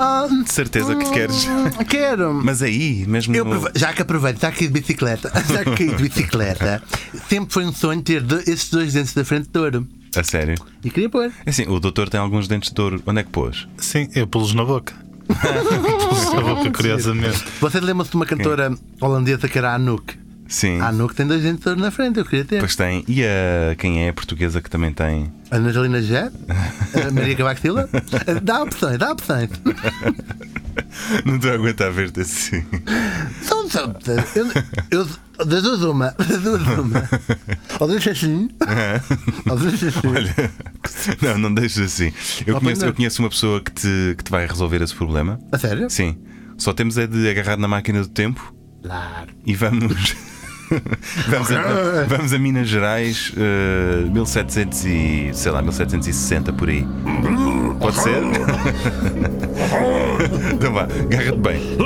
Ah, hum, De certeza que queres. quero. Mas aí, mesmo. Eu no- aprove- já que aproveito, está aqui de bicicleta. Já que caí de bicicleta. Sempre foi um sonho ter do- esses dois dentes da frente de ouro. A sério. E queria pôr. Assim, o doutor tem alguns dentes de ouro. Onde é que pôs? Sim, eu pulos na boca. pulos na boca, curiosamente. Vocês lembram-se de uma cantora holandesa que era a Anouk? Sim. A Anouk tem dois dentes de ouro na frente, eu queria ter. Ah, Pois tem. E a quem é a portuguesa que também tem? A Angelina Jé? A Maria Cavaxila? Dá opções, dá opções. Não estou a aguentar ver-te assim. São só opções. Eu, eu- das duas uma. Das duas uma. Ou deixa assim. Ou deixa assim. Olha, não, não deixes assim. Eu Opa, conheço, não. eu conheço uma pessoa que te, que te vai resolver esse problema. A sério? Sim. Só temos é de agarrar na máquina do tempo Claro. e vamos. vamos, a, vamos a Minas Gerais, eh, 1700 e. sei lá, 1760 por aí. Pode ser? então vá, agarra-te bem.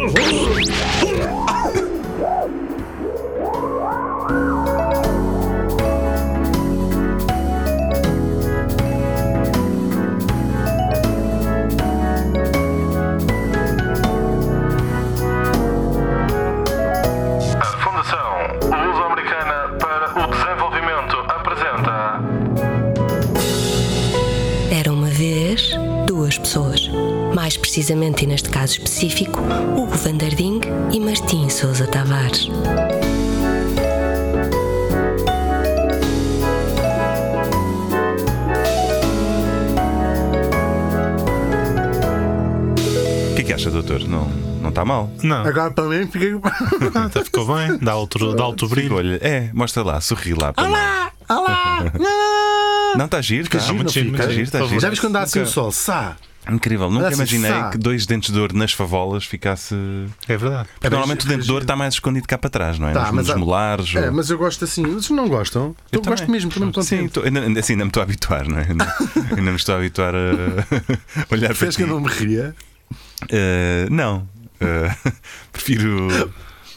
A Fundação Luso-Americana para o Desenvolvimento apresenta Era uma vez duas pessoas. Mais precisamente, e neste caso específico, Hugo Vanderding e Martim Sousa Tavares. O que é que acha, doutor? Não, não está mal? Não, Agora para mim fiquei. tá até ficou bem, dá outro, dá outro brilho. Olha, é, mostra lá, sorri lá. para mim. Olá! Olá! Olá! Não, está giro, está giro, não fica? está giro, está Por favor. giro. Já Já viste quando dá assim o Nunca- sol? Sá! um Incrível, nunca Dá-se imaginei sá. que dois dentes de ouro nas favolas ficasse. É verdade. Porque normalmente o dente de ouro está mais escondido cá para trás, não é? Tá, nos mas nos há- molares. É, ou- mas eu gosto assim. Vocês não gostam? Eu, também. gosto mesmo, também me Sim, contente. tô, ainda, ainda- assim, ainda me estou a habituar, não é? Ainda, ainda me estou a habituar a olhar para Fez ti. que eu não me ria. Eh, não. Eh, prefiro.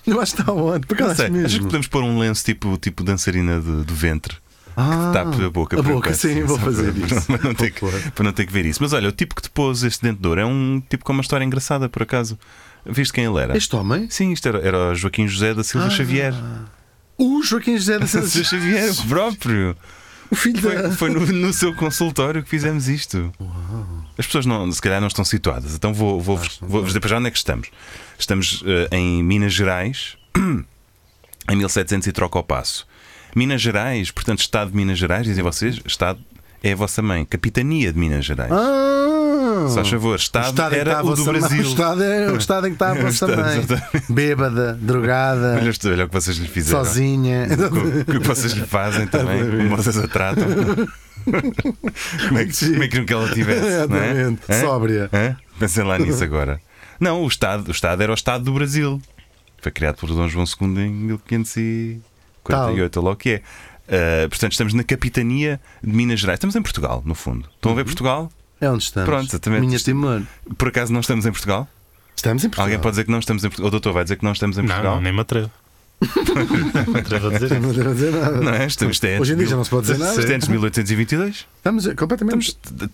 Eu acho que está onde? Porque eu Não sei, acho acho que mesmo. podemos pôr um lenço tipo, tipo dançarina do, do ventre. Ah, Tape a boca a por boca, enquanto, sim, vou só fazer para, isso. Para não, ter Vou que, pôr. para não ter que ver isso. Mas olha, o tipo que te pôs este dente de ouro é um tipo com uma história engraçada, por acaso. Viste quem ele era? Este Ah, homem? Sim, isto era, era o Joaquim José da Silva Xavier. O Joaquim José da Silva, José Xavier, o próprio. o filho Foi, da. foi no, no seu consultório que fizemos isto. As pessoas não, se calhar não estão situadas, então vou- vou-vos vou, vos dizer para já onde é que estamos. Estamos eh, em Minas Gerais, em 1700 e troca ao passo. Minas Gerais, portanto, Estado de Minas Gerais, dizem vocês, Estado é a vossa mãe, Capitania de Minas Gerais. Ah, Se faz favor, Estado, em é que era está a o vossa do mãe. Brasil. O estado, é, o estado em que está a É o vossa estado, mãe. exatamente. Bêbada, drogada, Olha, é. isto, olha o que vocês lhe fizeram. sozinha. O que vocês lhe fazem também, como vocês a tratam. como, é que, como é que queriam que ela tivesse? não é? Exatamente, Hã? sóbria. Hã? Pensem lá nisso agora. Não, o Estado, o Estado era o Estado do Brasil. Foi criado por Dom João II em 1548, logo que é. Ah, portanto, estamos na capitania de Minas Gerais. Estamos em Portugal, no fundo. Estão Uhum. a ver Portugal? É onde estamos. Pronto, exatamente. Minha Timor. Por acaso não estamos em Portugal? Estamos em Portugal. Alguém pode dizer que não estamos em Portugal? O doutor vai dizer que não estamos em Não, Portugal? não, nem me atrevo. nem me atrevo a dizer isso. Não devo dizer nada. Não é? Isto, isto é Hoje em dia já não se pode dizer nada. Isto é antes de 1822? Estamos completamente.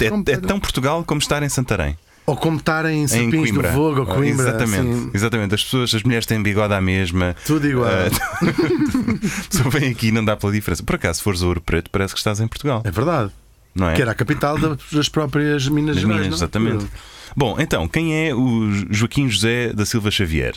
Estamos- é, é tão Portugal como estar em Santarém. Ou como estar em em sapins do Coimbra. Vogo ou Coimbra. Exatamente, assim. exatamente. As pessoas, as mulheres têm bigode à mesma. Eh, Tudo igual. Só vem aqui e não dá pela diferença. Por acaso, se fores a Ouro Preto, parece que estás em Portugal, É verdade. não é? Que era a capital da- das próprias Minas Nas Gerais. Minas, não? é? exatamente. Bom, então, quem é o Joaquim José da Silva Xavier?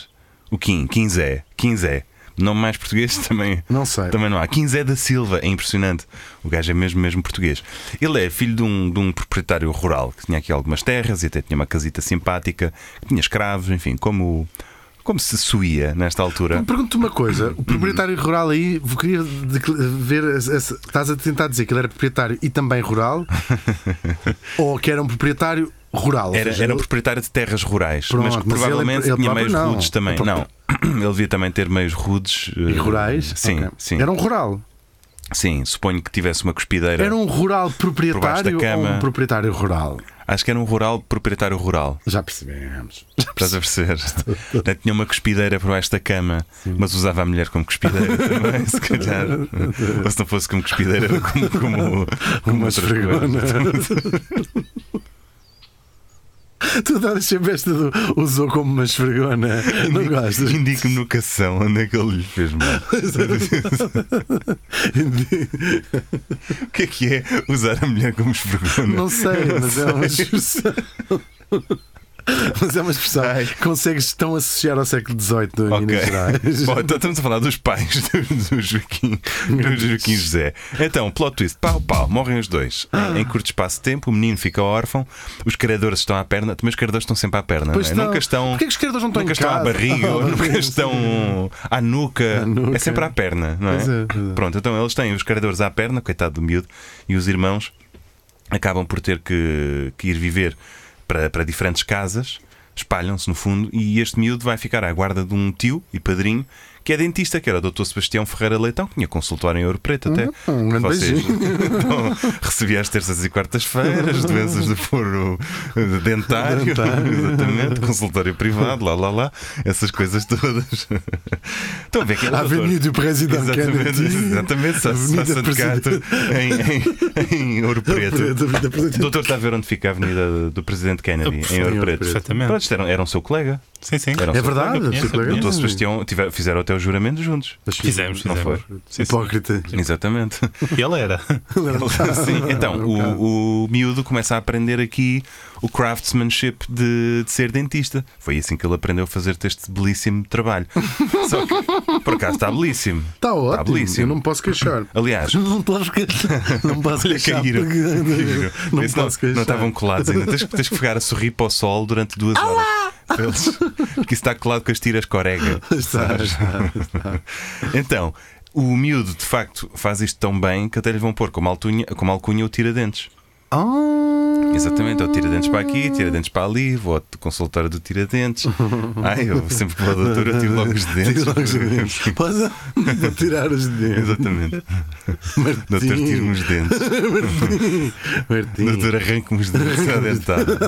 O Kim, Quinzé, Quinzé. Nome mais português também. Não sei. Também não há. Quinzé da Silva, é impressionante. O gajo é mesmo, mesmo português. Ele é filho de um, de um proprietário rural que tinha aqui algumas terras e até tinha uma casita simpática, que tinha escravos, enfim, como, como se suía nesta altura. Então, Pergunto-te uma coisa: o proprietário rural aí, vou- queria de- ver. esse- esse- Estás a tentar dizer que ele era proprietário e também rural? ou que era um proprietário rural? ou Era, seja, era um ele- proprietário de terras rurais, Pronto, mas que mas ele- é provavelmente ele tinha próprio meios não. rudes também. Ele próprio- Não, ele devia também ter meios rudes. eh, E rurais? Sim, Ok. sim. Era um rural. Sim, suponho que tivesse uma cuspideira. Era um rural proprietário ou cama. um proprietário rural? Acho que era um rural proprietário rural. Já percebemos. Estás a perceber? Portanto, Tinha uma cuspideira por baixo da cama, mas usava a mulher como cuspideira também, se calhar. Ou se não fosse como cuspideira, era como, como, como Uma outras coisas. esfregona. Tu adoras sempre esta do usou como uma esfregona. Não gostas? Indique-me no cação onde é que ele lhe fez mal. o que é que é usar a mulher como esfregona? Não sei, mas é uma expressão. Mas é uma expressão Ai. que consegues tão associar ao século XVIII do Ok. Minas Gerais. Bom, então estamos a falar dos pais do, do Joaquim, do Joaquim José. Então, plot twist: pau, pau, morrem os dois. Ah. É, Em- Em curto espaço de tempo, o menino fica órfão, os credores estão à perna, mas os credores estão sempre à perna. Pois não é? estão. Nunca estão. Porquê que os credores não estão Nunca em estão à casa? barriga, Ah, ou nunca sim. estão à nuca. À nuca. É sempre à perna, não é? Pois é, pois é. Pronto, então eles têm os credores à perna, coitado do miúdo, e os irmãos acabam por ter que, que ir viver para, para diferentes casas, espalham-se no fundo, e este miúdo vai ficar à guarda de um tio e padrinho que é dentista, que era o Dr. Sebastião Ferreira Leitão, que tinha consultório em Ouro Preto até. um grande então, recebia às terças e quartas-feiras doenças do foro eh, dentário, Dentário. exatamente, consultório privado, lá lá lá, essas coisas todas. Estão a ver que é o A doutor. Avenida do Presidente Exatamente, Kennedy. exatamente, só, só Avenida se Presidente- em, em, em Ouro Preto. Avenida Presidente- O doutor está a ver onde fica a avenida do Presidente Kennedy, em em Ouro Ouro Preto. Preto. Exatamente. Pronto, isto eram, eram seu colega. Sim, sim. Eram É seu verdade, colega. conheço, seu colega. O doutor Sebastião tiver- fizeram até o juramento juntos. Fizemos, Não fizemos. Sim, sim. Hipócrita. Exatamente. Ele era. é um Sim, então, o, o miúdo começa a aprender aqui o craftsmanship de, de ser dentista. Foi assim que ele aprendeu a fazer este belíssimo trabalho. Só que, por acaso, está belíssimo. Está Tá ótimo. Tá belíssimo. eu não me posso queixar. Aliás, Não posso queixar. Não posso Olha, queixar. caíram. porque- Caíram. Não Vê se posso queixar. não estavam colados ainda. Tens, tens que ficar a sorrir para o sol durante duas horas. Para Eles, porque isso está colado com as tiras corega. Está, está, está. Então, o miúdo de facto faz isto tão bem que até lhe vão pôr como, altunha, como alcunha o tira-dentes. Ah, Exatamente, ou tira-dentes para aqui, tira-dentes para ali, vou ao consultório do tira-dentes. Ai, eu sempre que vou à doutora, eu tiro logo os dentes. tira logo os dentes. Posso Vou tirar os dentes. Exatamente. Martim. Doutor, tira-me os dentes. Martim. Doutor, arranca-me os dentes à dentada.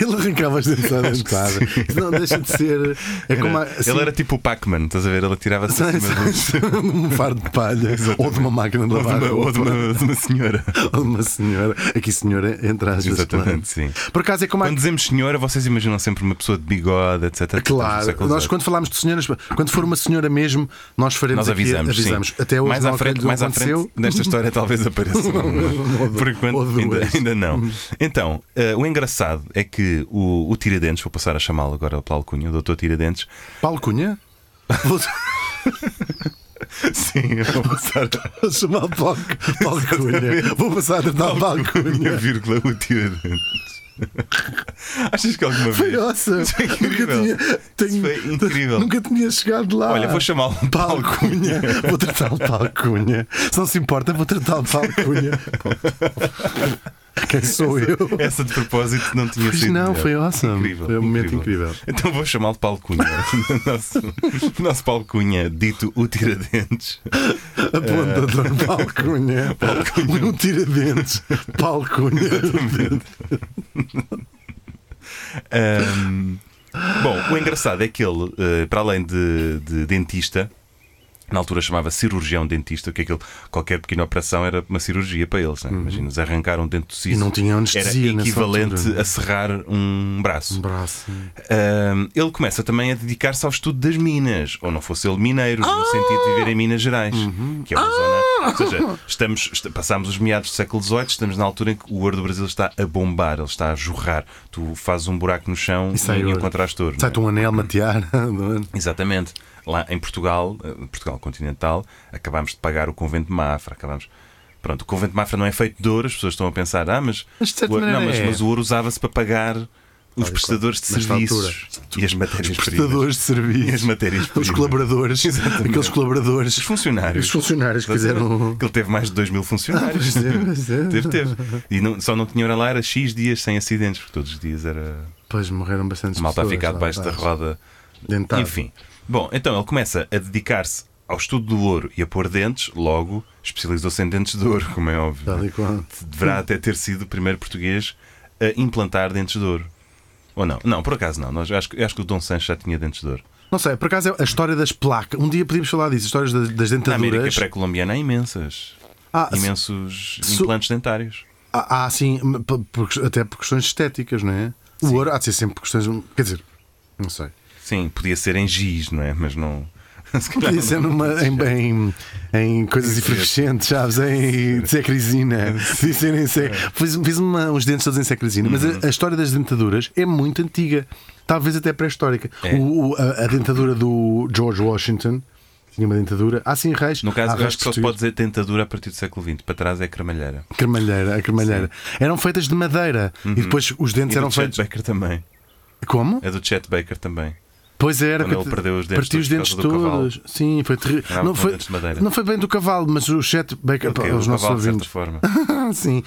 Ele arrancava as dentes à dentada. Isso não deixa de ser. É como a, assim, Ele era tipo o Pac-Man, estás a ver? Ele atirava-se Sai, acima do- sai, um fardo de palha ou de uma máquina de ou de lavar uma, ou de roupa, uma- de uma senhora. ou de uma senhora. Aqui, senhora, entra às vezes. Exatamente, claro. sim. Por acaso é como a. Quando dizemos senhora, vocês imaginam sempre uma pessoa de bigode, etc. tipo do Claro, século nós XVIII. quando falámos de senhoras, quando for uma senhora mesmo, nós faremos Nós aqui- avisamos, sim. avisamos. Até hoje mais não à frente, não mais à aconteceu. frente nesta história talvez apareça uma. Por enquanto, ou duas. ainda, ainda não. Então, eh, o engraçado é que o, o Tiradentes, vou passar a chamá-lo agora pela alcunha, o Dr. Tiradentes. Paulo Cunha? Vou Sim, eu vou passar vou chamar Paulo, Paulo Cunha. Vou passar a tratar Paulo a Cunha. vírgula, o Tiradentes. Achas que alguma vez. Foi awesome. Isso é nunca incrível. tinha, tenho- Isso foi incrível. Nunca tinha chegado lá. Olha, vou um chamá-lo Paulo Cunha. Vou tratar o Paulo Cunha. Se não se importa, vou tratar o Paulo Cunha. Quem sou é- eu? Essa de propósito não tinha Pois sido. não, melhor. foi awesome. Foi um momento incrível. Então vou chamá-lo Paulo Cunha. nosso, nosso Paulo Cunha, dito o Tiradentes. Apontador É. Paulo Cunha. Paulo Cunha. Um tiradentes. Paulo Cunha. Ahm, bom, o engraçado é que ele, eh, para além de, de dentista, na altura chamava cirurgião dentista, que aquilo, qualquer pequena operação era uma cirurgia para eles. Né? Imagina, eles arrancaram um dente do siso. Uhum. E não tinha anestesia Era nessa equivalente altura. a serrar um braço. Braço. Ahm, ele começa também a dedicar-se ao estudo das minas, ou não fosse ele mineiro, Ah! no sentido de viver em Minas Gerais, Uhum. que é uma zona. Ou seja, estamos, est- passámos os meados do século XVIII, estamos na altura em que o ouro do Brasil está a bombar, ele está a jorrar. Tu fazes um buraco no chão sai e, ouro. encontras touro. não é? Sai-te um anel matear. Exatamente. Lá em Portugal, eh, Portugal continental, acabámos de pagar o convento de Mafra. Acabámos... Pronto, o convento de Mafra não é feito de ouro, as pessoas estão a pensar, ah, mas, Mas de certa o... ouro- não, maneira mas, é. mas o ouro usava-se para pagar os prestadores de nesta serviços e as matérias Prestadores de serviço. E as matérias Os primas. colaboradores. Aqueles colaboradores. Os funcionários. Os funcionários que fizeram. Que ele teve mais de 2 mil funcionários. pois é, pois é. Teve, teve. E não- só não tinha hora lá, era X dias sem acidentes, porque todos os dias era Pois morreram bastantes mal para pessoas. ficar debaixo da rapaz. roda. Dentado. Enfim. Bom, então ele começa a dedicar-se ao estudo do ouro e a pôr dentes, logo especializou-se em dentes de ouro, como é óbvio. Tal e qual. Deverá até ter sido o primeiro português a implantar dentes de ouro. Ou não? Não, por acaso não. Nós, acho, que- acho que o Dom Sancho já tinha dentes de ouro. Não sei, por acaso é a história das placas. Um dia podíamos falar disso, histórias das, das Na América dentaduras. pré-colombiana há imensas. Ah, imensos su- implantes dentários. Há, há, sim, p- por- até por questões estéticas, não é? O ouro há de ser sempre questões. Quer dizer, não sei. Sim, podia ser em giz, não é? Mas não. se calhar Podia ser não- é numa, em, em, em coisas efervescentes, sabes? Em secrisina. Podia ser em sec... Fiz, fiz uma- uns dentes todos em secrisina, mas Uhum. a, a história das dentaduras é muito antiga. Talvez até pré-histórica. É. O- o- a, a dentadura do George Washington tinha uma dentadura. Há sim reis. No há caso, eu reis acho que só se portugueses. pode dizer tentadura a partir do século XX. Para trás é cremalheira. Cremalheira, a cremalheira. Eram feitas de madeira e depois os dentes Uhum. E eram do Chet feitos. Baker também. Como? É do Chet Baker também. Pois era, Quando ele coitado. perdeu os dentes Partiu todos por causa do cavalo. Sim, foi terrível. Andava Não com foi, dentes de madeira. É não foi bem do cavalo, mas o Chet Baker, Ele pá, caiu os do nossos cavalo, de certa ouvintes. forma. Sim,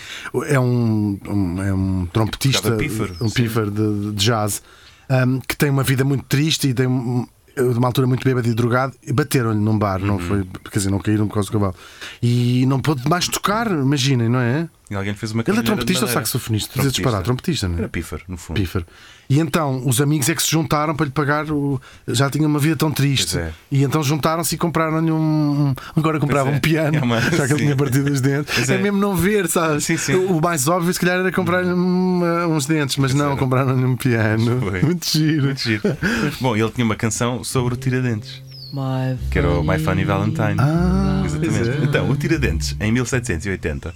é um, um- é um trompetista, Tocava pífaro, um sim. pífaro de, de jazz, um, que tem uma vida muito triste e tem um- de uma altura muito bêbado e drogado. e Bateram-lhe num bar, Uhum. não foi, quer dizer, não caíram por causa do cavalo. E não pôde mais tocar, imaginem, não é? E alguém lhe fez uma Ele é cremalheira de trompetista ou madeira. saxofonista? Trompetista. disparar, trompetista, não é? Era pífaro, no fundo. Pífaro. E então os amigos é que se juntaram para lhe pagar o. Já tinha uma vida tão triste. Pois é. E então juntaram-se e compraram-lhe um. um- Agora comprava Pois é. um piano, É uma- já que ele sim. tinha partido os dentes. Pois É. é. mesmo não ver, sabes? Sim, sim. é. O mais óbvio, se calhar, era comprar-lhe uma- uns dentes, mas não, compraram-lhe um piano. Foi. Muito giro. Muito giro. Bom, ele tinha uma canção sobre o Tiradentes, My que era o My Funny Valentine. Ah, Exatamente. pois é. Então, o Tiradentes, em 1780,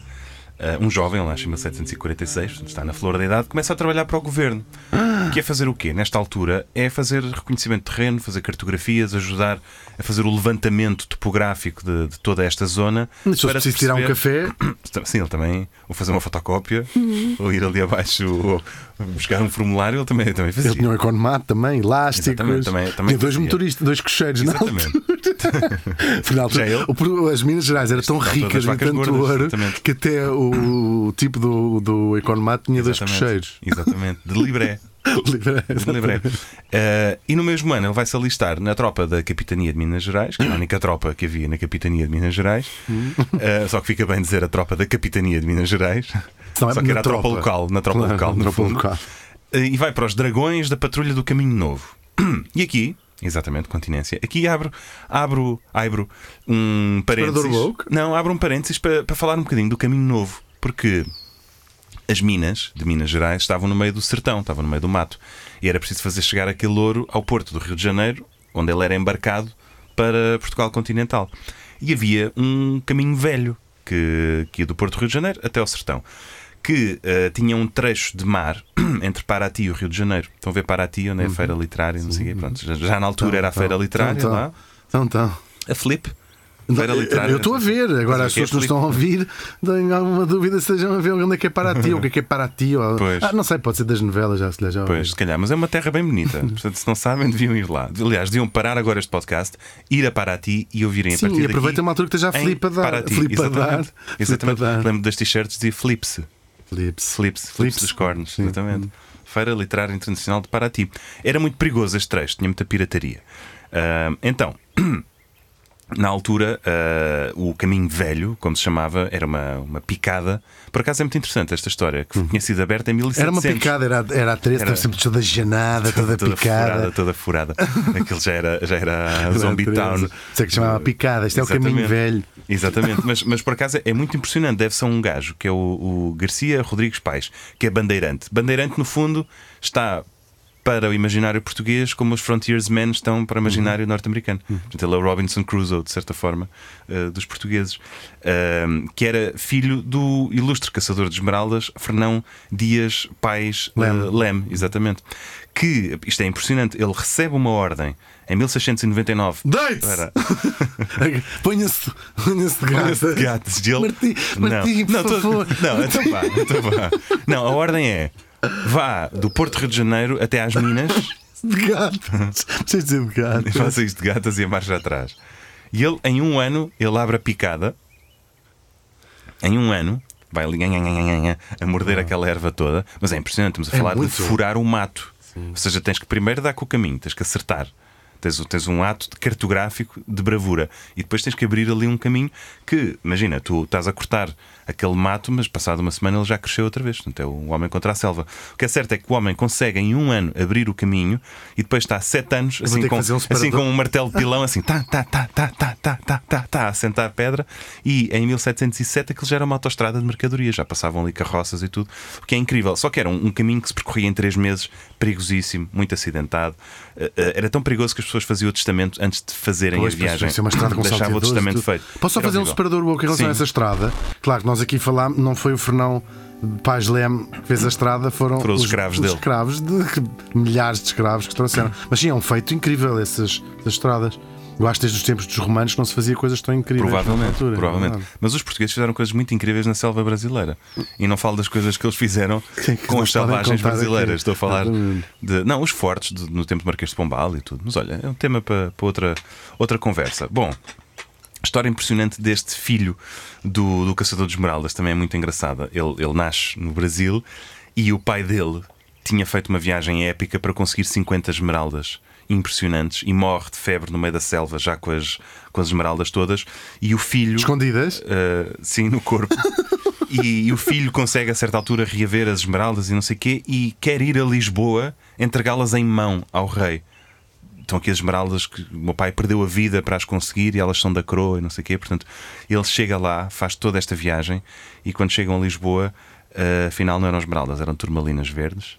eh, um jovem, lá em 1746, portanto, está na flor da idade, começa a trabalhar para o governo. Ah. Que é fazer o quê? Nesta altura, é fazer reconhecimento de terreno, fazer cartografias, ajudar a fazer o levantamento topográfico de, de toda esta zona. Mas se eu para preciso tirar um perceber- café, Sim, ele também. Ou fazer uma fotocópia, ou ir ali abaixo ou buscar um formulário, ele também, ele também fazia. ele tinha um economato também, elásticos. Exatamente, também- também tinha dois fazia. motoristas, dois cocheiros, não? Exatamente. Afinal, Já ele? o pro- as Minas Gerais eram tão Estão todas ricas em vacas tanto gordas, ouro exatamente. que até o, o tipo do, do economato tinha dois Exatamente. cocheiros. Exatamente. De Libré. Livre- De Libré. Eh, e no mesmo ano ele vai se alistar na tropa da Capitania de Minas Gerais, que é a única tropa que havia na Capitania de Minas Gerais. Uhum. Eh, só que fica bem dizer a tropa da Capitania de Minas Gerais. Não, é só que na era a tropa tropa. local, na tropa Claro, local. na no tropa fundo. local. Eh, e vai para os Dragões da Patrulha do Caminho Novo. E aqui, exatamente, continência. Aqui abro, abro, abro um parênteses. Separador woke? Não, abro um parênteses para, para falar um bocadinho do Caminho Novo, porque as minas de Minas Gerais estavam no meio do sertão, estavam no meio do mato. E era preciso fazer chegar aquele ouro ao porto do Rio de Janeiro, onde ele era embarcado para Portugal continental. E havia um caminho velho que, que ia do Porto do Rio de Janeiro até ao sertão, que eh, tinha um trecho de mar entre Paraty e o Rio de Janeiro. Estão a ver Paraty, Uhum. onde é a feira literária, não sei o quê. Pronto, já, já na Tá, altura era a feira literária então, lá. Então, então. A Flip. Feira literária. Eu estou a ver, agora as Mas o que é pessoas que nos Flip? estão a ouvir têm alguma dúvida, sejam a ver onde é que é Paraty, ou o que é que é Paraty. Ou... Pois. Ah, não sei, pode ser das novelas, já se lhe já ouvi. Pois, se calhar, mas é uma terra bem bonita. Portanto, se não sabem, deviam ir lá. Aliás, deviam parar agora este podcast, ir a Paraty e ouvirem Sim, a partir e aproveita daqui uma altura que esteja a em flip a dar. Paraty. Flip a dar. Exatamente. Flip Exatamente. a dar. Lembro das t-shirts de Flip-se. Flips. Flips, Flips dos Cornos, exatamente. Feira Literária Internacional de Paraty. Era muito perigoso este trecho, tinha muita pirataria. Ah, então, na altura, ah, o Caminho Velho, como se chamava, era uma, uma picada. Por acaso é muito interessante esta história, que tinha sido aberta em 1700. Uhum. Era uma picada, era, era a treta, Era- estava sempre toda janada, toda, Toda furada, picada. toda furada. Aquilo já era, já era Zombie Town. Isso é que se chamava picada, isto é o caminho Exatamente. velho. Exatamente, mas, mas por acaso é muito impressionante. Deve ser um gajo que é o, o Garcia Rodrigues Pais, que é bandeirante. Bandeirante, no fundo, está para o imaginário português como os frontiersmen estão para o imaginário norte-americano. Portanto, ele é o Robinson Crusoe, de certa forma, eh, dos portugueses, Ahm, que era filho do ilustre caçador de esmeraldas Fernão Dias Pais eh, Leme. Leme, exatamente. Que, isto é impressionante, ele recebe uma ordem em 1699 Deite-se! para- Ponha-se ponha-se de gatas. gatos de ele. Martim, Martim, não, por tô- favor. Não, então vá, então vá. Não, a ordem é: vá do Porto Rio de Janeiro até às Minas, De gatas. Precisas dizer de e gatas. faça isto de gatas e a marcha atrás. E ele, em um ano, ele abre a picada. Em um ano, vai ali nhan, nhan, nhan, nhan, nhan, a morder aquela erva toda. Mas é impressionante, estamos a falar de muito. furar o mato. Ou seja, tens que primeiro dar com o caminho, tens que acertar. Tens, o- tens um ato de cartográfico de bravura e depois tens que abrir ali um caminho que, imagina, tu estás a cortar aquele mato, mas passado uma semana ele já cresceu outra vez. Portanto, é o homem contra a selva. O que é certo é que o homem consegue em um ano abrir o caminho e depois está há sete anos vou assim ter que com, fazer um assim com um martelo de pilão, assim, tá, tá, tá, tá, tá, tá, tá, tá, tá, a sentar pedra. E em 1707 aquilo já era uma autoestrada de mercadorias, já passavam ali carroças e tudo, o que é incrível. Só que era um, um caminho que se percorria em três meses, perigosíssimo, muito acidentado. Eh, eh, era tão perigoso que as pessoas faziam o testamento antes de fazerem Pois, a pois, viagem. deve ser uma estrada com Deixava o salteadores e testamento tudo. feito. Posso só Era fazer um horrível. separador woke em relação a Sim. essa estrada? Claro que nós aqui falámos, não foi o Fernão de Paz Leme que fez a estrada, foram Foram os escravos os dele. escravos de- milhares de escravos que trouxeram. Mas sim, é um feito incrível essas, essas estradas. Eu acho que desde os tempos dos romanos que não se fazia coisas tão incríveis. nessa Provavelmente, altura, é provavelmente. verdade. Mas os portugueses fizeram coisas muito incríveis na selva brasileira. E não falo das coisas que eles fizeram Sim, que com não as se podem selvagens contar brasileiras. aqui. Estou a falar Exatamente. de. Não, os fortes de- no tempo do Marquês de Pombal e tudo. Mas olha, é um tema para, para outra, outra conversa. Bom. História impressionante deste filho do, do Caçador de Esmeraldas também é muito engraçada. Ele, ele nasce no Brasil e o pai dele tinha feito uma viagem épica para conseguir 50 esmeraldas impressionantes e morre de febre no meio da selva, já com as, com as esmeraldas todas. E o filho. Escondidas? Uh, sim, no corpo. e, o filho consegue a certa altura reaver as esmeraldas e não sei o quê e quer ir a Lisboa entregá-las em mão ao rei. Estão aqui as esmeraldas que o meu pai perdeu a vida para as conseguir e elas são da coroa e não sei o quê. Portanto, ele chega lá, faz toda esta viagem e quando chegam a Lisboa, uh, afinal não eram esmeraldas, eram turmalinas verdes.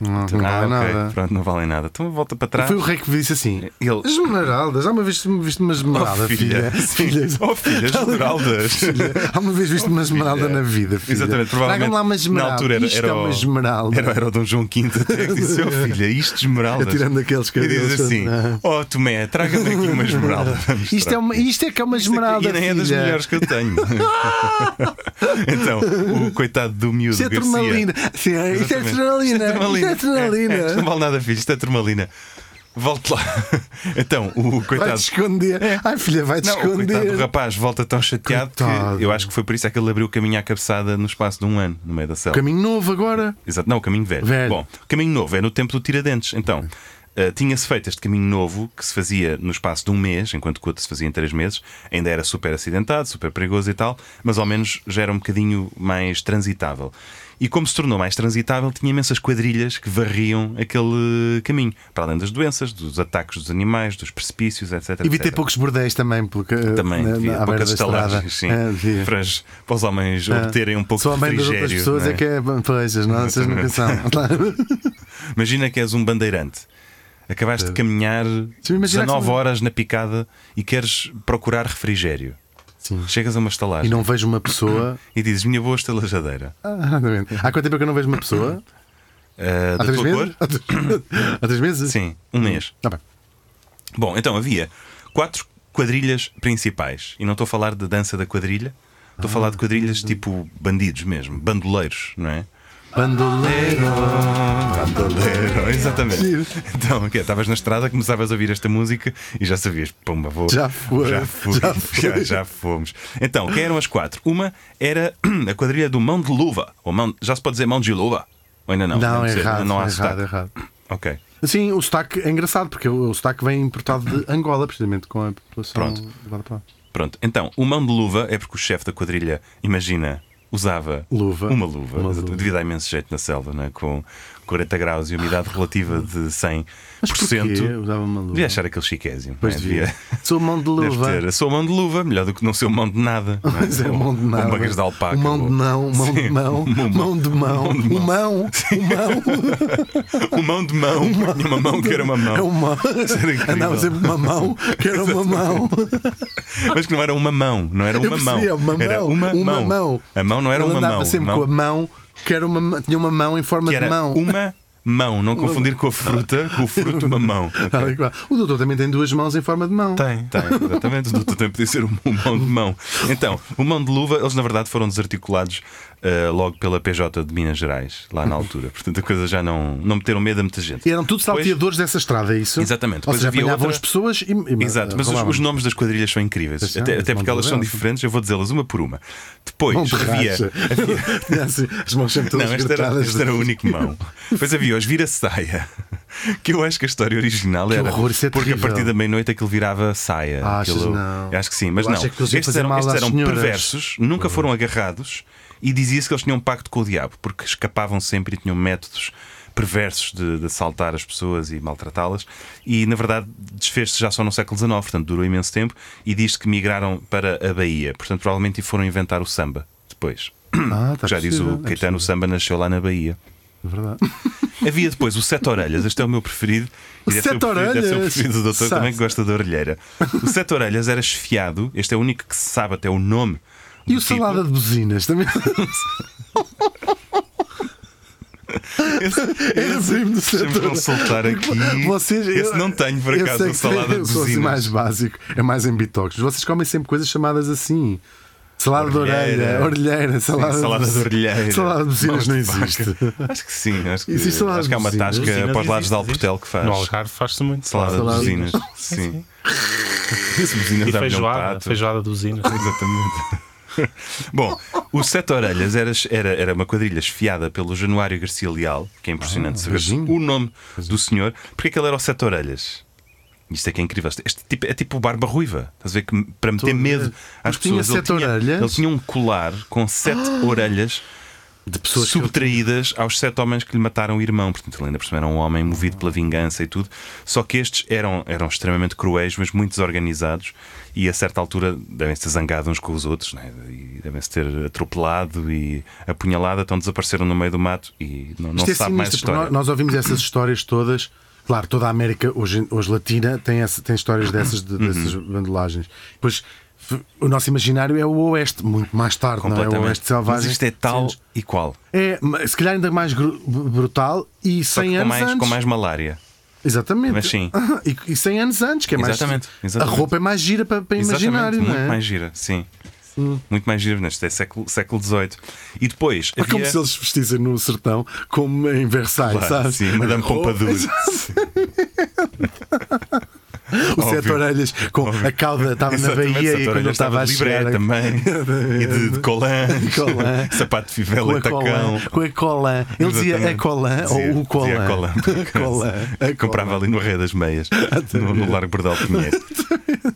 Não, não ah, vale ok, nada. pronto, não valem nada. Então volta para trás. Então, Foi o rei que disse assim: Ele- Esmeraldas, há uma vez me viste uma esmeralda, Oh, filha. filha. Sim. Oh, filha, esmeraldas. Filha, Há uma vez viste uma esmeralda na vida, filha. Oh, Traga-me Exatamente, provavelmente lá uma esmeralda. na altura era, Isto era é uma o- esmeralda. Era, era o Dom João V até que disse: oh, filha, isto de esmeraldas. Atirando É aqueles E cabelos, diz assim: não. é? Oh, Tomé, traga-me aqui uma esmeralda. Vamos Isto é, tratar." uma, isto é que é uma esmeralda. E nem é das filha. melhores que eu tenho. então, o coitado do miúdo. Isto é Garcia, turmalina. Sim, é- Isto é Exatamente. turmalina. Isto é turmalina. É, é, isto não vale nada fixe, isto é turmalina. Volte lá. então, o Vai te coitado. É. esconder. Ai, filha, vai te Não, o coitado do esconder. rapaz volta tão chateado Coitado. que eu acho que foi por isso é que ele abriu o caminho à cabeçada no espaço de um ano, no meio da selva. Caminho novo agora. Exato, não, o caminho velho. Velho. Bom, o caminho novo é no tempo do Tiradentes. Então, eh, tinha-se feito este caminho novo que se fazia no espaço de um mês, enquanto que o outro se fazia em três meses. Ainda era super acidentado, super perigoso e tal, mas ao menos já era um bocadinho mais transitável. E como se tornou mais transitável, tinha imensas quadrilhas que varriam aquele caminho, para além das doenças, dos ataques dos animais, dos precipícios, etc. Evitei etc. poucos bordéis também, porque. Também, na- devia, na- à beira poucas da estrada. estalagens, sim, É, devia. para, os- para os homens É. obterem um pouco Só a de mãe das outras refrigério. pessoas não é que é. Pois, as nossas nunca são. Claro. Imagina que és um bandeirante. Acabaste de caminhar Sim, imagina que 19 são- horas na picada e queres procurar refrigério. Chegas a uma estalagem E e, não vejo uma pessoa. dizes: Minha boa estalajadeira. Ah, exatamente. Há quanto tempo é que eu não vejo uma pessoa? Ah, Há da três tua meses? cor? Há três- Há três meses? Sim, um mês. Tá bem. Bom, então havia quatro quadrilhas principais. E não estou a falar da dança da quadrilha, estou a falar Ah, de quadrilhas tipo bandidos mesmo, bandoleiros, não é? Bandoleiro. Bandoleiro, Giro. exatamente. Então, o quê? Estavas na estrada, começavas a ouvir esta música e já sabias, pumba, vou. Já foi, Já, fui, já já, foi. já, fomos. Então, quem eram as quatro? Uma era a quadrilha do Mão de Luva. Ou mão, já se pode dizer Mão de Luva? Ou ainda não? Não, é Deve ser, errado. Não há errado, sotaque. errado. Ok. Sim, o sotaque é engraçado, porque o o sotaque vem importado de Angola, precisamente, com a população. Pronto. levada para lá. Pronto, então, o mão de luva é porque o chefe da quadrilha, imagina, usava Luva. uma luva. Uma Exato. luva. Devia dar imenso jeito na selva, não é? com 40 graus e umidade relativa de 100%. Mas porquê? Usava uma luva. Devia achar aquele chiquésimo. Pois não é? devia. Sou mão de luva. Deve ter a sua mão de luva, melhor do que não ser um mão de nada. não Pois é, Ou- mão de ou nada. Um mangas um de alpaca. Mão de ou- mão, mão de Sim, mão, uma mão de mão, Mão de o mão, o mão, Um mão de mão. Tinha uma mão que era uma mão. é o mão. Isso era incrível. Andava sempre é uma mão, que era uma mão. Mas que não era uma mão, não era Eu uma mão. percebi, é uma Era mão, uma, uma mão. mão. A mão não era Ele uma andava mão. sempre mão com a mão, que era uma, tinha uma mão em forma que de era um- mão. uma mão, não confundir com a fruta, com o fruto uma mão. Tal e qual. O doutor também tem duas mãos em forma de mão. Tem. Tem, exatamente. O doutor tem podia ser um, um mão de mão. Então, o mão de luva, eles na verdade foram desarticulados ah, logo pela PJ de Minas Gerais, lá na altura. Portanto, a coisa já não, não meteram medo a muita gente. E eram todos Pois- salteadores dessa estrada, é isso? Exatamente. Ou Depois seja, havia apanhavam outra- as pessoas e. e- Exato, mas os, roubavam. os nomes das quadrilhas são incríveis. eh, Pois são, até os até porque mãos elas são de raça. diferentes, eu vou dizê-las uma por uma. Depois Mão de havia. racha. Um Tinha assim, As mãos sempre todas Não, esta era, cortadas. esta era o único mão. Depois havia os vira-saia, que eu acho que a história original era. horror, isso é porque a terrível. Ah, partir da meia-noite aquilo virava saia. Achas? aquilo- Não. Eu Acho que sim, mas Eu não. acho é que eles iam Estes fazer eram, mal estes às eram senhoras. perversos, nunca Uhum. foram agarrados e dizia-se que eles tinham um pacto com o diabo, porque escapavam sempre e tinham métodos perversos de, de assaltar as pessoas e maltratá-las. E na verdade desfez-se já só no século XIX, portanto durou imenso tempo. E diz-se que migraram para a Bahia, portanto provavelmente foram inventar o samba depois. Ah, tá já diz possível, o é Caetano, o samba nasceu lá na Bahia. possível, É verdade. Havia depois o Sete Orelhas, este é o meu preferido. O E deve ser Sete preferido- Deve ser o Orelhas! preferido do doutor Sabe. também que gosta da orelheira. O Sete Orelhas era esfiado, este é o único que se sabe até o nome. E do o tipo. salada de buzinas também. Esse, Era assim, primo esse- do Deixa-me um Santoro. consultar aqui. é Vocês, esse eu- não tenho, por eu acaso, sei o que salada de eu sou assim buzinas. mais básico, é mais em bitox. Vocês comem sempre coisas chamadas assim. Salada de Orelheira. orelha, orelheira, salada, salada de buzi- orelheira. Salada de buzinas não Mão de vaca. existe. Acho que sim, acho que, Existe salada acho que há uma de buzinas? tasca Buzinas para os lados existe, de Alportel que faz. No Algarve faz-se muito. Salada de Salada de buzinas. Sim. Esse buzinas E dá-lhe um feijoada, pato. feijoada de buzinas. Exatamente. Bom, o Sete Orelhas era, era, era uma quadrilha esfiada pelo Januário Garcia Leal, que é impressionante saber Ah, beijinho. o nome do senhor. Porque é que ele era o Sete Orelhas? Isto é que é incrível. Este- Este tipo, é tipo o Barba Ruiva. Estás a ver que para a meter ver. medo Mas às tinha pessoas. sete orelhas? ele tinha um colar com sete orelhas De subtraídas aos sete homens que lhe mataram o irmão. Portanto, ele ainda por cima era um homem movido pela vingança e tudo. Só que estes eram, eram extremamente cruéis, mas muito desorganizados. E a certa altura devem-se ter zangado uns com os outros, né? e devem-se ter atropelado e apunhalado. Então desapareceram no meio do mato e não, não Isto se é sabe mais sinistro, porque história. nó- Nós ouvimos essas histórias todas. Claro, toda a América hoje, hoje latina tem, essa- tem histórias dessas, Uhum. de- dessas bandelagens. Pois f- o nosso imaginário é o Oeste, muito mais tarde, não é? O Oeste selvagem. Mas isto é tal Sim. e qual. É, ma- se calhar ainda mais gru- br- brutal e Só 100 que com anos mais, antes. com mais malária. Exatamente. Mas sim. E, e 100 anos antes, que é mais. Exatamente, exatamente. A roupa é mais gira para, para imaginário, Exatamente, não muito é? mais gira, sim. Muito mais gira, neste é século século XVIII. E depois. É como havia- se eles vestissem no sertão, como em Versailles, Claro, sabe? Sim, um Madame Roupa- Pompadour. O sete Óbvio. orelhas com a cauda estava na Exatamente, Bahia Santa e quando Aurélia eu estava a de libré chegar também. e de, de colã, Colã. sapato com de fivela a e tacão. colã, com a colã. Ele dizia a Exatamente. colã Dizia- ou o colã. dizia a colã, por A acaso. colã, a Comprava colã. ali no Rei das Meias, no, no Largo Bordal Pinheiro.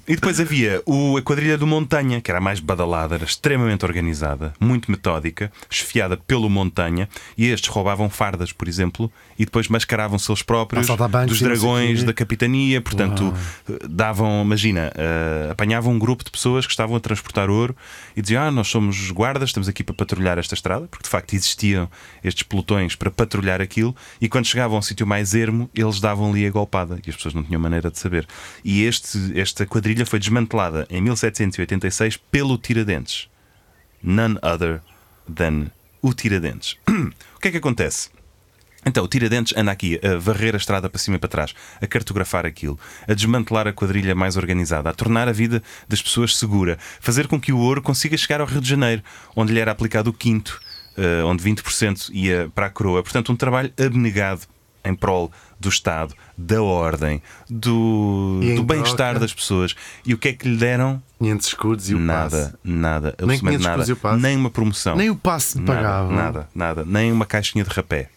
E depois havia o, a quadrilha do Montanha, que era a mais badalada, era extremamente organizada, muito metódica, esfiada pelo Montanha. E estes roubavam fardas, por exemplo, e depois mascaravam-se eles próprios Assaltar bancos dos e não sei dragões quê. da capitania. Portanto, eh, davam, imagina, eh, apanhavam um grupo de pessoas que estavam a transportar ouro e diziam: Ah, nós somos guardas, estamos aqui para patrulhar esta estrada, porque de facto existiam estes pelotões para patrulhar aquilo. E quando chegavam ao sítio mais ermo, eles davam-lhe a golpada e as pessoas não tinham maneira de saber. E este, esta quadrilha foi desmantelada em 1786 pelo Tiradentes. None other than o Tiradentes. o que é que acontece? Então, o Tiradentes anda aqui a varrer a estrada para cima e para trás, a cartografar aquilo, a desmantelar a quadrilha mais organizada, a tornar a vida das pessoas segura, fazer com que o ouro consiga chegar ao Rio de Janeiro, onde lhe era aplicado o quinto, eh, onde 20% ia para a coroa. Portanto, um trabalho abnegado em prol do Estado, da ordem, do, E em do bem-estar troca? das pessoas. E o que é que lhe deram? 500 escudos e o nada, passe. nada, Nem 500 absolutamente nada. cruzes e o passe. Nem uma promoção. Nem o passe me Nada, pagava. Nada, nada. Nem uma caixinha de rapé.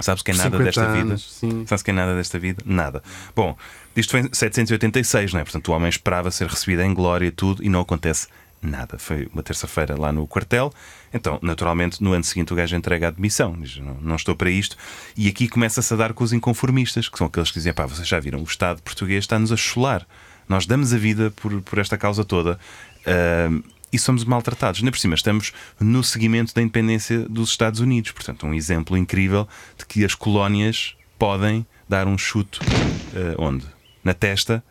Sabes que é Por nada 50 desta vida? anos, sim. Sabes que é nada desta vida? Nada. Bom, isto foi em 786, não é? Portanto, o homem esperava ser recebido em glória, tudo, e não acontece nada. Foi uma terça-feira lá no quartel. Então, naturalmente, no ano seguinte o gajo entrega a demissão. Diz, não, não estou para isto. E aqui começa-se a dar com os inconformistas, que são aqueles que dizem, pá, vocês já viram, o Estado português está-nos a chular. Nós damos a vida por, por esta causa toda. Ahm, e somos maltratados. Ainda por cima, estamos no seguimento da independência dos Estados Unidos. Portanto, um exemplo incrível de que as colónias podem dar um chute eh, onde? Na testa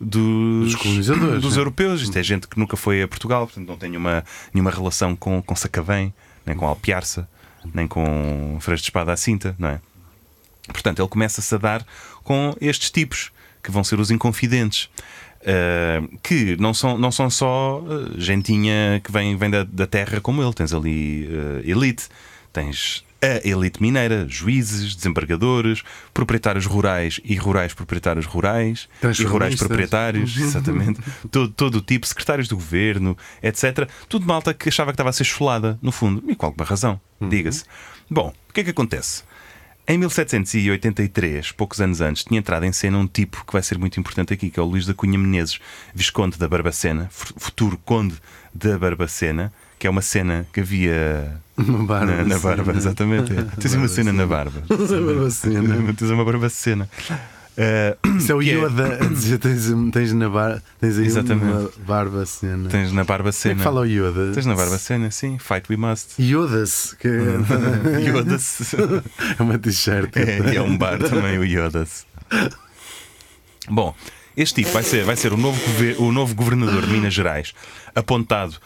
dos, Dos colonizadores, dos né? europeus. Isto é gente que nunca foi a Portugal, portanto, não tem nenhuma, nenhuma relação com, com Sacavém, nem com Alpiarça, nem com Freire de Espada à Cinta, não é? Portanto, ele começa-se a dar com estes tipos, que vão ser os inconfidentes. ah, que não são, não são só ah, gentinha que vem, vem da, da terra como ele. Tens ali ah, elite, tens a elite mineira, juízes, desembargadores, proprietários rurais e rurais proprietários rurais e rurais Transformistas. proprietários, exatamente, todo, todo o tipo, secretários do governo, etc. Tudo malta que achava que estava a ser chulada, no fundo, e com alguma razão, diga-se. Bom, o que é que acontece? Em 1783, poucos anos antes, tinha entrado em cena um tipo que vai ser muito importante aqui, que é o Luís da Cunha Menezes, Visconde da Barbacena, fu- futuro Conde da Barbacena, que é uma cena que havia Uma barba. na, na assim, barba, né? exatamente. é. Tens uma cena na barba. Uma barba assim, né? Tens uma barbacena. Ah, Isso é o que Yoda a dizer: tens, tens, na bar, tens aí Exatamente. uma barba assim. né? Como Tens na é barbacena. que fala o Yoda? Tens na barbacena, sim. Fight we must. Yodas, que é Yoda-se. é uma t-shirt. É, e é um bar também, o Yodas. Bom, este tipo vai ser, vai ser o, novo gover- o novo governador de Minas Gerais, apontado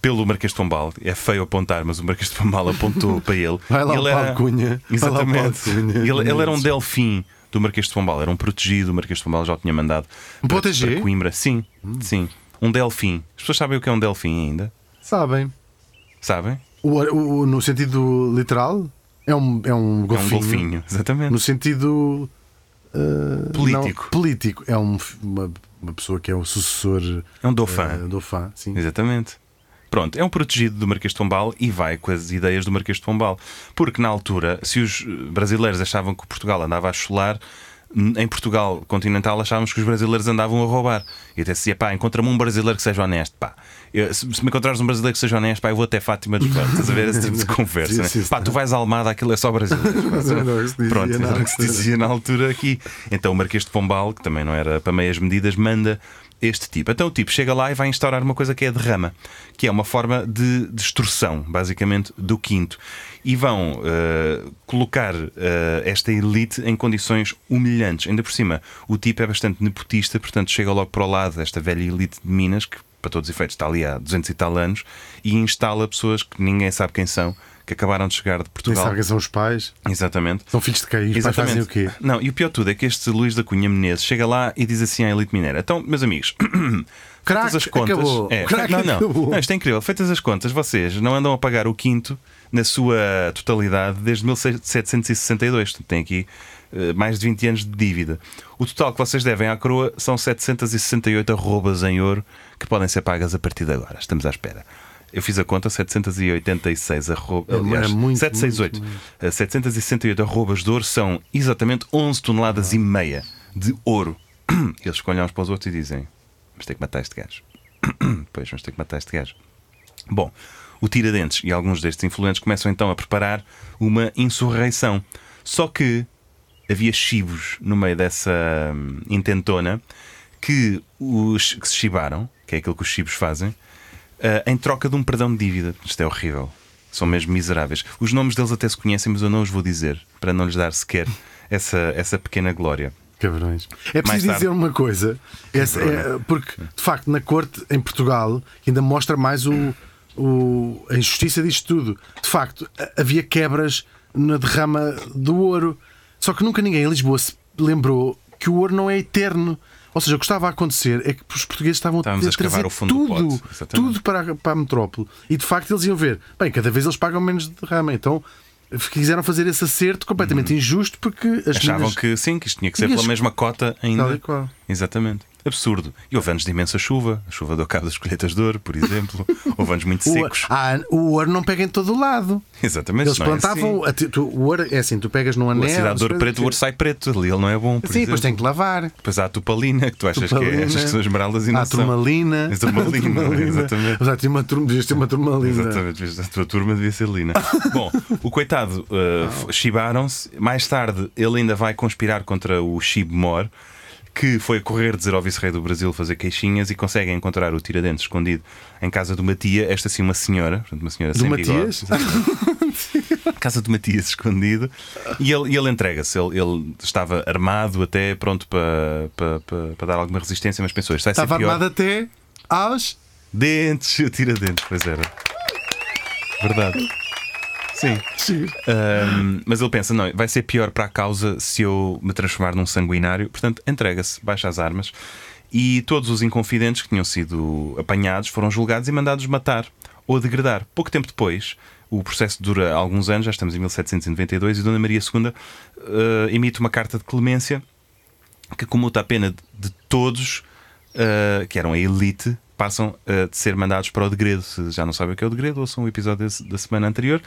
pelo Marquês de Pombal. É feio apontar, mas o Marquês de Pombal apontou para ele. Vai lá E o ele Paulo Cunha. Vai lá o Paulo Exatamente. Cunha. Ele, ele era um delfim do Marquês de Pombal, era um protegido. O Marquês de Pombal já o tinha mandado para, protegê? para Coimbra. Sim, Hum. sim. Um delfim. As pessoas sabem o que é um delfim ainda? Sabem? Sabem? O, o- no sentido literal, é um, é um É um golfinho. golfinho. Exatamente. No sentido eh, Político. não- político. É um- uma, uma pessoa que é o sucessor É um eh, dauphin. do Fá. Sim. Exatamente. Pronto, é um protegido do Marquês de Pombal e vai com as ideias do Marquês de Pombal. Porque na altura, se os eh, brasileiros achavam que Portugal andava a chular, n- em Portugal continental achávamos que os brasileiros andavam a roubar. E até se dizia, pá, encontra-me um brasileiro que seja honesto, pá. Eu- se, se me encontrares um brasileiro que seja honesto, pá, eu vou até Fátima dos Ramos. Estás a ver esse tipo de conversa, Sim, né? sim, Pá, tu vais à Almada, aquilo é só brasileiro. Era o que se dizia Pronto, na era o que se altura. dizia na altura aqui. Então o Marquês de Pombal, que também não era para meias medidas, manda este tipo. Então o tipo chega lá e vai instaurar uma coisa que é a derrama, que é uma forma de destrução, basicamente, do quinto. E vão eh, colocar eh, esta elite em condições humilhantes. Ainda por cima, o tipo é bastante nepotista, portanto chega logo para o lado desta velha elite de Minas, que para todos os efeitos está ali há 200 e tal anos, e instala pessoas que ninguém sabe quem são, que acabaram de chegar de Quem Portugal. sabe quem são os pais? Exatamente. São filhos de quem? Os pais fazem o quê? Não, e o pior de tudo é que este Luís da Cunha Menezes chega lá e diz assim à elite mineira: Então, meus amigos, feitas Crack, as contas. acabou. É, Crack, não, não, acabou. não, isto é incrível. Feitas as contas, vocês não andam a pagar o quinto na sua totalidade desde 1762. Portanto, Tem aqui eh, mais de 20 anos de dívida. O total que vocês devem à coroa são 768 arrobas em ouro que podem ser pagas a partir de agora. Estamos à espera. Eu fiz a conta, 786 arrobas. É, Aliás, é muito, 768. Eh, 768 arrobas de ouro são exatamente 11 toneladas e meia de ouro. Eles olham uns para os outros e dizem: Vamos ter que matar este gajo. Pois, vamos ter que matar este gajo. Bom, o Tiradentes e alguns destes influentes começam então a preparar uma insurreição. Só que havia chibos no meio dessa hum, intentona que, os, que se chibaram, que é aquilo que os chibos fazem, ah, em troca de um perdão de dívida. Isto é horrível. São mesmo miseráveis. Os nomes deles até se conhecem, mas eu não os vou dizer, para não lhes dar sequer essa, essa pequena glória. Cabrões. É Mais preciso tarde. dizer uma coisa, Essa é- porque de facto na corte em Portugal ainda mostra mais o, o- a injustiça disto tudo. De facto, a- havia quebras na derrama do ouro, só que nunca ninguém em Lisboa se lembrou que o ouro não é eterno. Ou seja, o que estava a acontecer é que os portugueses estavam Estávamos a trazer escavar o fundo do tudo, pote, exatamente. tudo para, a- para a metrópole. E de facto eles iam ver, bem, cada vez eles pagam menos de derrama. Então quiseram fazer esse acerto completamente injusto porque as Uhum. Achavam minas- que sim, que isto tinha que ser Tinhas- pela mesma cota ainda. Tal e qual. Exatamente. Absurdo. E houve anos de imensa chuva, a chuva do cabo das colheitas de ouro, por exemplo. houve anos muito O- secos. ah, o ouro não pega em todo o lado. Exatamente. Eles não é plantavam. assim. a ti- tu- o ouro é assim: tu pegas num a anel. cidade de ouro as coisas preto, o ouro que- sai preto. Ali ele não é bom. Por Sim, exemplo. depois tem que lavar. Depois há a tupalina, que tu achas que é Turmalina. achas que são esmeraldas e não Há a são. turmalina. A turmalina, exatamente. Mas há, tinha uma turma, devias ter uma turmalina. Exatamente, a tua turma devia ser Lina. Bom, o coitado uh, f- chibaram-se. Mais tarde, ele ainda vai conspirar contra o Chibo Mor, que foi correr dizer ao vice-rei do Brasil fazer queixinhas e consegue encontrar o Tiradentes escondido em casa do Matia. Esta sim, uma senhora, portanto, uma senhora Do sem Matias? bigode. casa do Matias escondido e ele, e ele entrega-se. Ele, ele estava armado até pronto para, para, para, para dar alguma resistência, mas pensou isto vai Estava ser é pior. armado até aos. Dentes, o Tiradentes, pois era. Verdade. Sim. Ahm, mas ele pensa: não, vai ser pior para a causa se eu me transformar num sanguinário. Portanto, entrega-se, baixa as armas. E todos os inconfidentes que tinham sido apanhados foram julgados e mandados matar ou degradar. Pouco tempo depois, o processo dura alguns anos, já estamos em 1792, e Dona Maria II ah, emite uma carta de clemência que comuta a pena de todos ah, que eh, eram a elite. pá, passam a ser mandados para o degredo. Se já não sabem o que é o degredo, ouçam o episódio desse- da semana anterior.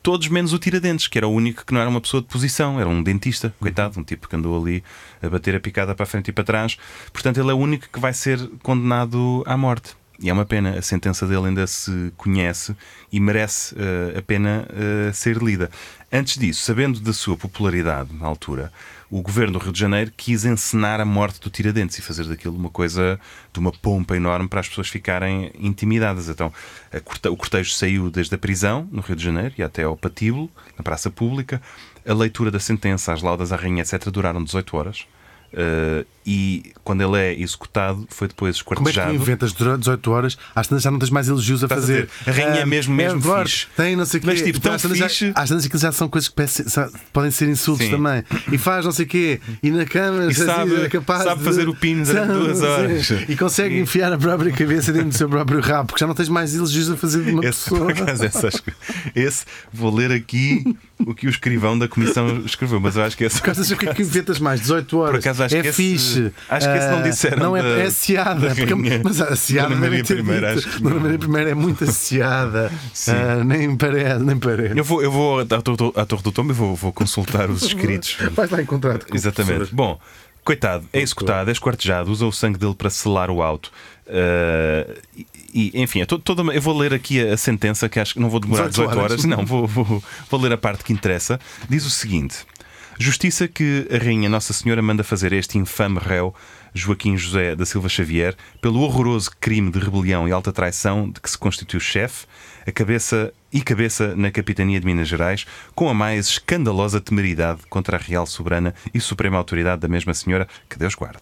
Todos menos o Tiradentes, que era o único que não era uma pessoa de posição, era um dentista, coitado, um tipo que andou ali a bater a picada para a frente e para trás. Portanto, ele é o único que vai ser condenado à morte. E é uma pena, a sentença dele ainda se conhece e merece eh, a pena eh, ser lida. Antes disso, sabendo da sua popularidade na altura, o governo do Rio de Janeiro quis encenar a morte do Tiradentes e fazer daquilo uma coisa de uma pompa enorme para as pessoas ficarem intimidadas. Então, a corte- o cortejo saiu desde a prisão, no Rio de Janeiro, e até ao Patíbulo, na praça pública. A leitura da sentença, as laudas à rainha, etc., duraram 18 horas. Eh, e quando ele é executado, foi depois Como é que tu esquartejado. inventas durante 18 horas? Às tantas já não tens mais elogios a Estás a fazer. ver? A rainha é Ah, mesmo, mesmo Edward, fixe. Tem não sei o quê. Então, Mas, tipo, tão às tantas já- fixe. Às tantas aquilo já são coisas que parece- sa- podem ser insultos Sim. também. E faz não sei o quê. E na câmara E assim, sabe- é capaz sabe de- fazer o pino durante Sabe, duas horas. sim. E consegue enfiar a própria cabeça dentro do seu próprio rabo, porque já não tens mais elogios a fazer de uma Esse, por pessoa. acaso, esse, acho que- esse, vou ler aqui o que o escrivão da comissão escreveu, mas eu acho que esse. Gostas o que é que inventas mais? 18 horas. Por acaso, acho é que esse- fixe. acho que esse não Ah, disseram Não é, da- é da seada. porque- rainha. Mas a seada. Dona Maria devem ter I, dito. acho que Dona não. Maria I é muito asseada. Ah, nem parece. Nem parece. Eu vou, eu vou à, Torre, à Torre do Tombo e vou, vou consultar os escritos. Vais lá encontrar-te com o Exatamente. professor. Bom, coitado, é executado, é esquartejado, usa o sangue dele para selar o auto. Ah, e, e, enfim, é to- toda uma- eu vou ler aqui a, a sentença que acho que não vou demorar 18, 18 horas. horas. Não, vou, vou, vou ler a parte que interessa. Diz o seguinte: Justiça que a Rainha Nossa Senhora manda fazer a este infame réu, Joaquim José da Silva Xavier, pelo horroroso crime de rebelião e alta traição de que se constituiu chefe, a cabeça e cabeça na Capitania de Minas Gerais, com a mais escandalosa temeridade contra a Real Soberana e Suprema Autoridade da mesma Senhora, que Deus guarde.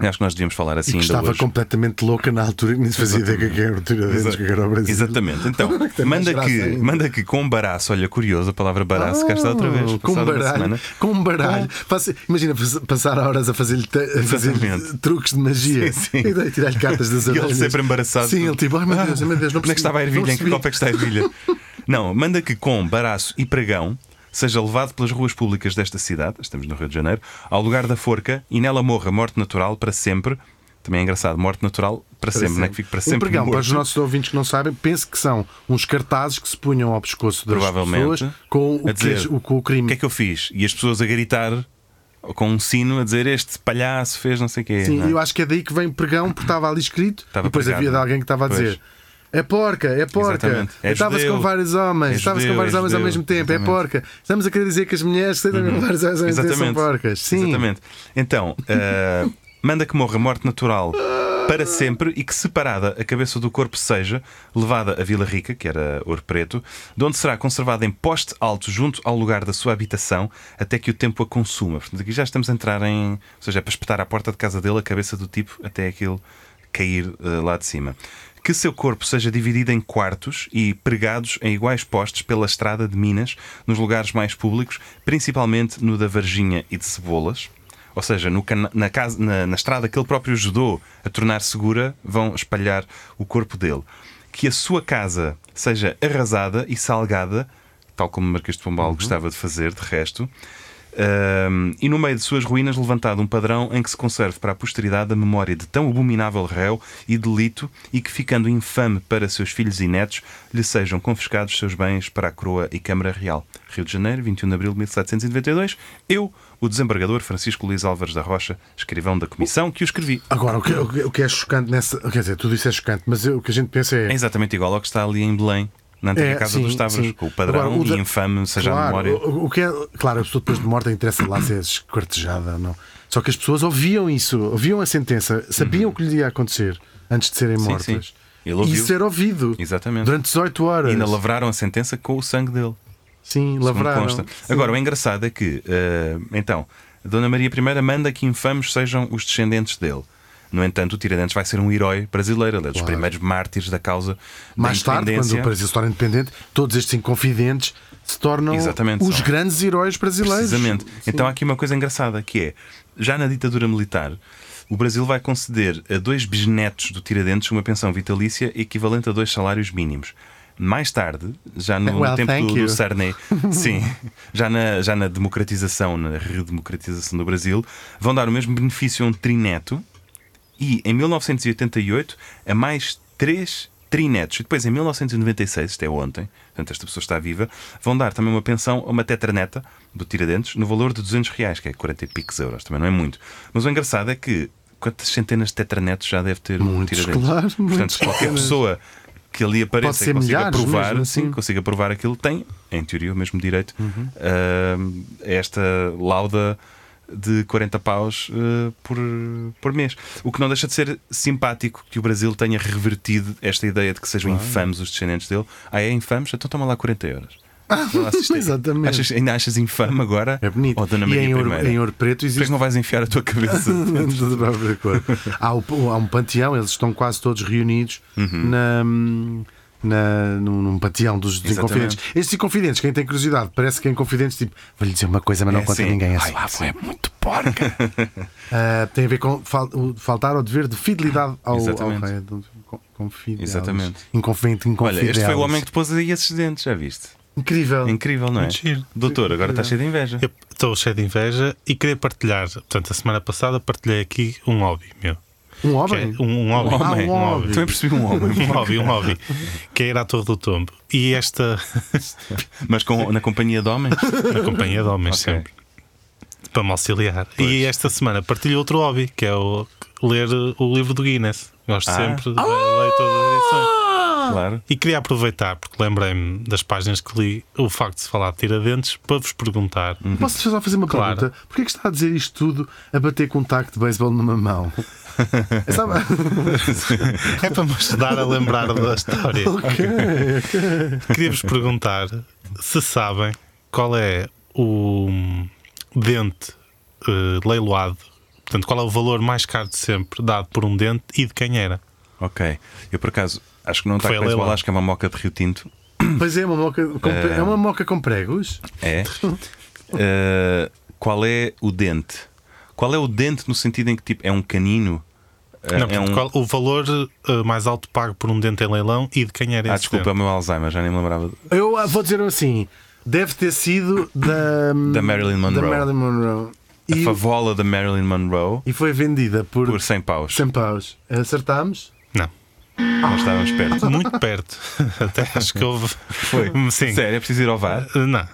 Eu Acho que nós devíamos falar E assim que ainda estava hoje. completamente louca na altura e nem se fazia ideia que é era o Tiradentes, que era o Brasil. Exatamente. Então, tem mais manda, graça que, ainda. manda que com baraço, olha, curioso a palavra baraço, cá está outra vez. Oh, com passada uma baralho, semana. Ah. com um baralho. Passa- imagina pas- passar horas a fazer-lhe ta- a fazer Exatamente. truques de magia Sim, sim. e daí tirar-lhe cartas das E ele orelhas. sempre embaraçado. Sim, ele tipo, ai meu Deus, ai meu Deus, não Onde é percebi, que estava a não ervilha? Em que percebi." copo é que está a ervilha? Não, manda que com baraço e pregão seja levado pelas ruas públicas desta cidade, estamos no Rio de Janeiro, ao lugar da forca e nela morra morte natural para sempre. Também é engraçado, morte natural para, sempre, não é que fique para sempre Um pregão, morto. para os nossos ouvintes que não sabem, penso que são uns cartazes que se punham ao pescoço das provavelmente, pessoas com o, a dizer, que, o, com o crime. que é que eu fiz? E as pessoas a gritar com um sino a dizer este palhaço fez não sei o quê. Sim, não é? eu acho que é daí que vem pregão, porque estava ali escrito e Estava depois pregado. havia de alguém que estava a dizer. É porca, é porca. Exatamente. É Estava-se judeu. com vários É homens, estava-se judeu, com vários é homens ao judeu. mesmo tempo, Exatamente. Uhum. é porca. Estamos a querer dizer que as mulheres que têm vários homens ao mesmo tempo são porcas. Sim, Exatamente. Então, eh, manda que morra morte natural para sempre e que separada a cabeça do corpo seja levada a Vila Rica, que era Ouro Preto, de onde será conservada em poste alto junto ao lugar da sua habitação até que o tempo a consuma. Portanto, aqui já estamos a entrar em. Ou seja, é para espetar à porta de casa dele a cabeça do tipo até aquilo cair eh, lá de cima. Que seu corpo seja dividido em quartos e pregados em iguais postes pela estrada de Minas, nos lugares mais públicos, principalmente no da Varginha e de Cebolas. Ou seja, no cana- na, casa, na, na estrada que ele próprio ajudou a tornar segura, vão espalhar o corpo dele. Que a sua casa seja arrasada e salgada, tal como o Marquês de Uhum. Pombal gostava de fazer, de resto. Ahm, e no meio de suas ruínas levantado um padrão em que se conserve para a posteridade a memória de tão abominável réu e delito e que, ficando infame para seus filhos e netos, lhe sejam confiscados seus bens para a coroa e Câmara Real. Rio de Janeiro, 21 de abril de 1792. Eu, o desembargador Francisco Luís Álvares da Rocha, escrivão da comissão, que o escrevi. Agora, o que, o que- o que é chocante nessa. Quer dizer, tudo isso é chocante, mas eu- o que a gente pensa É é. exatamente igual ao que está ali em Belém, na antiga É, Casa sim, dos Tavros, sim. com o padrão Agora, o da- e infame seja a Claro, memória. o, o que é, claro, a pessoa depois de morta interessa lá se é esquartejada ou não. Só que as pessoas ouviam isso, ouviam a sentença, sabiam o que lhe ia acontecer antes de serem mortas. sim. E Ele ouviu. isso é era ouvido Exatamente. durante 18 horas. Ainda lavraram a sentença com o sangue dele. Sim, Segundo lavraram. consta. Sim. Agora, o engraçado é que, eh, então, a Dona Maria I manda que infames sejam os descendentes dele. No entanto, o Tiradentes vai ser um herói brasileiro, ele é dos primeiros mártires da causa mais da tarde, quando independência. o Brasil se torna independente, todos estes inconfidentes se tornam Exatamente, os são. grandes heróis brasileiros. Precisamente. Então há aqui uma coisa engraçada que é: já na ditadura militar, o Brasil vai conceder a dois bisnetos do Tiradentes uma pensão vitalícia equivalente a dois salários mínimos. Mais tarde, já no, no Well, tempo thank do, do you. Sarney, sim, já na, já na democratização, na redemocratização do Brasil, vão dar o mesmo benefício a um trineto e em 1988 a mais três trinetos. E depois em 1996, isto é ontem, portanto esta pessoa está viva, vão dar também uma pensão a uma tetraneta do Tiradentes no valor de 200 reais, que é 40 e picos euros, também não é muito. Mas o engraçado é que quantas centenas de tetranetos já deve ter um Muitos, Tiradentes? claro, portanto, muitos. se qualquer pessoa que ali Pode apareça ser e consiga milhares provar, mesmo, sim, sim. Uhum. consiga provar aquilo, tem, em teoria, o mesmo direito ah, a esta lauda de 40 paus ah, por, por mês. O que não deixa de ser simpático que o Brasil tenha revertido esta ideia de que sejam infames os descendentes dele. Ah, é infames? Então toma lá 40 euros. Vai lá assistir. Ah, Exatamente. Achas- ainda achas infame agora? É bonito. Ou Dona e Maria em Ouro, Primeira? em Ouro Preto Depois existe. não vais enfiar a tua cabeça. É Tudo bem, por acordo. há, o- há um panteão, eles estão quase todos reunidos Uhum. na, na- num, num panteão dos, dos Exatamente. Inconfidentes. Estes Inconfidentes, quem tem curiosidade, parece que é Inconfidentes, tipo, vou-lhe dizer uma coisa, mas não É, conta a sim. ninguém. É Ai, suave. é muito porca. Ah, tem a ver com fal- o- faltar ao dever de fidelidade ao, ao Exatamente. rei. um do- com- Confidelis. Exatamente. Inconfidente, Olha, inconfidelis. este foi o homem que depois aí esses dentes, já viste? Incrível. Incrível, não é? Muito giro. Doutor, agora estás cheio de inveja. Eu estou cheio de inveja e queria partilhar. Portanto, a semana passada partilhei aqui um hobby meu. Um Que homem? é um, um hobby. Um homem. Um hobby. Também percebi um Um homem, hobby, um hobby. Que é ir à Torre do Tombo. E esta. mas com, na companhia de homens. na companhia de homens Ok. sempre. Para me auxiliar. E esta semana partilho outro hobby, que é o ler o livro do Guinness. Gosto Ah. sempre de ler todas as edições. Claro. E queria aproveitar, porque lembrei-me das páginas que li, o facto de se falar de tiradentes, para vos perguntar. Hum. Posso só fazer uma Claro. pergunta? Porquê é que está a dizer isto tudo a bater com um taco de beisebol numa mão? Sabe? É para me ajudar a lembrar da história. Queria-vos perguntar se sabem qual é o dente eh, leiloado, portanto, qual é o valor mais caro de sempre dado por um dente e de quem era. Ok. Eu por acaso acho que não está Foi com esse leilão. acho que é uma moca de Rio Tinto. Pois é, uma moca com, pre- Ah. é uma moca com pregos? É. Eh, qual é o dente? Qual é o dente no sentido em que tipo é um canino? Eh, Não, é portanto, um... qual- o valor eh, mais alto pago por um dente em leilão e de quem era Ah, esse desculpa, é o dente. meu Alzheimer, já nem me lembrava. Eu ah, vou dizer assim: deve ter sido da, Da Marilyn Monroe. da Marilyn Monroe. A E, favola da Marilyn Monroe e foi vendida por, por 100 paus. 100 paus. Acertámos? Não. Não estávamos perto. Muito perto. Até acho que houve. Foi. Sim. Sério, é preciso ir ao VAR? Uh, Não. Uh,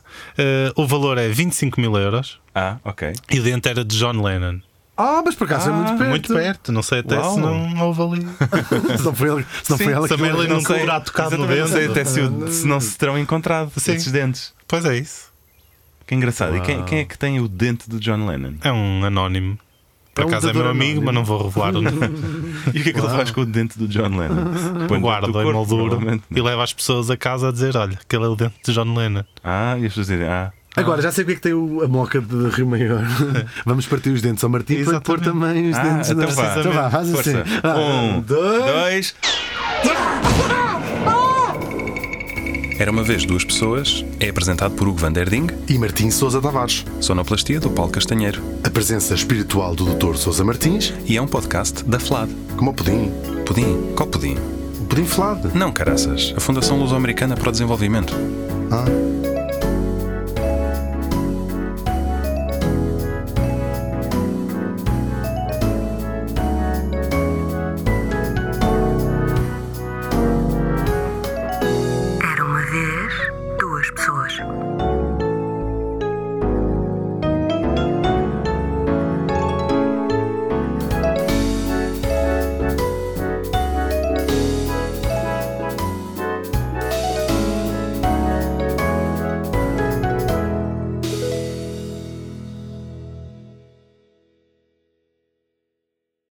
o valor é 25 mil euros Ah, ok. e o dente era de John Lennon. Ah, mas por acaso é muito perto. Muito perto, não sei até Uau. se não houve ali. se não foi ele, se não Sim, foi ela que também o- ele um não terá tocado no Exatamente, dente. não sei até se, o- se não se terão encontrado Sim. esses dentes. Pois é isso. Que engraçado. E quem, quem é que tem o dente do John Lennon? É um anónimo. Por É um acaso é doutor meu amigo, anónimo. mas não vou revelar o nome. E o que é que ele faz com o dente do John Lennon? Põe Guarda do a corpo, moldura provavelmente. e leva as pessoas a casa a dizer: Olha, aquele é o dente de John Lennon. Ah, e as pessoas dizem, ah, Agora, já sei o que é que tem o- a moca de Rio Maior. Vamos partir os dentes ao Martim para Exatamente. pôr também os ah dentes então da- vá. Então vá, faz assim. Força. Ah, Um, dois. dois. Era uma vez duas pessoas é apresentado por Hugo Van Der Ding, E Martim Souza Tavares, sonoplastia do Paulo Castanheiro, a presença espiritual do Dr. Souza Martins, e é um podcast da FLAD. como o pudim. Pudim? Qual pudim? O pudim flado. Não, caraças. A Fundação Luso-Americana para o Desenvolvimento. Ah.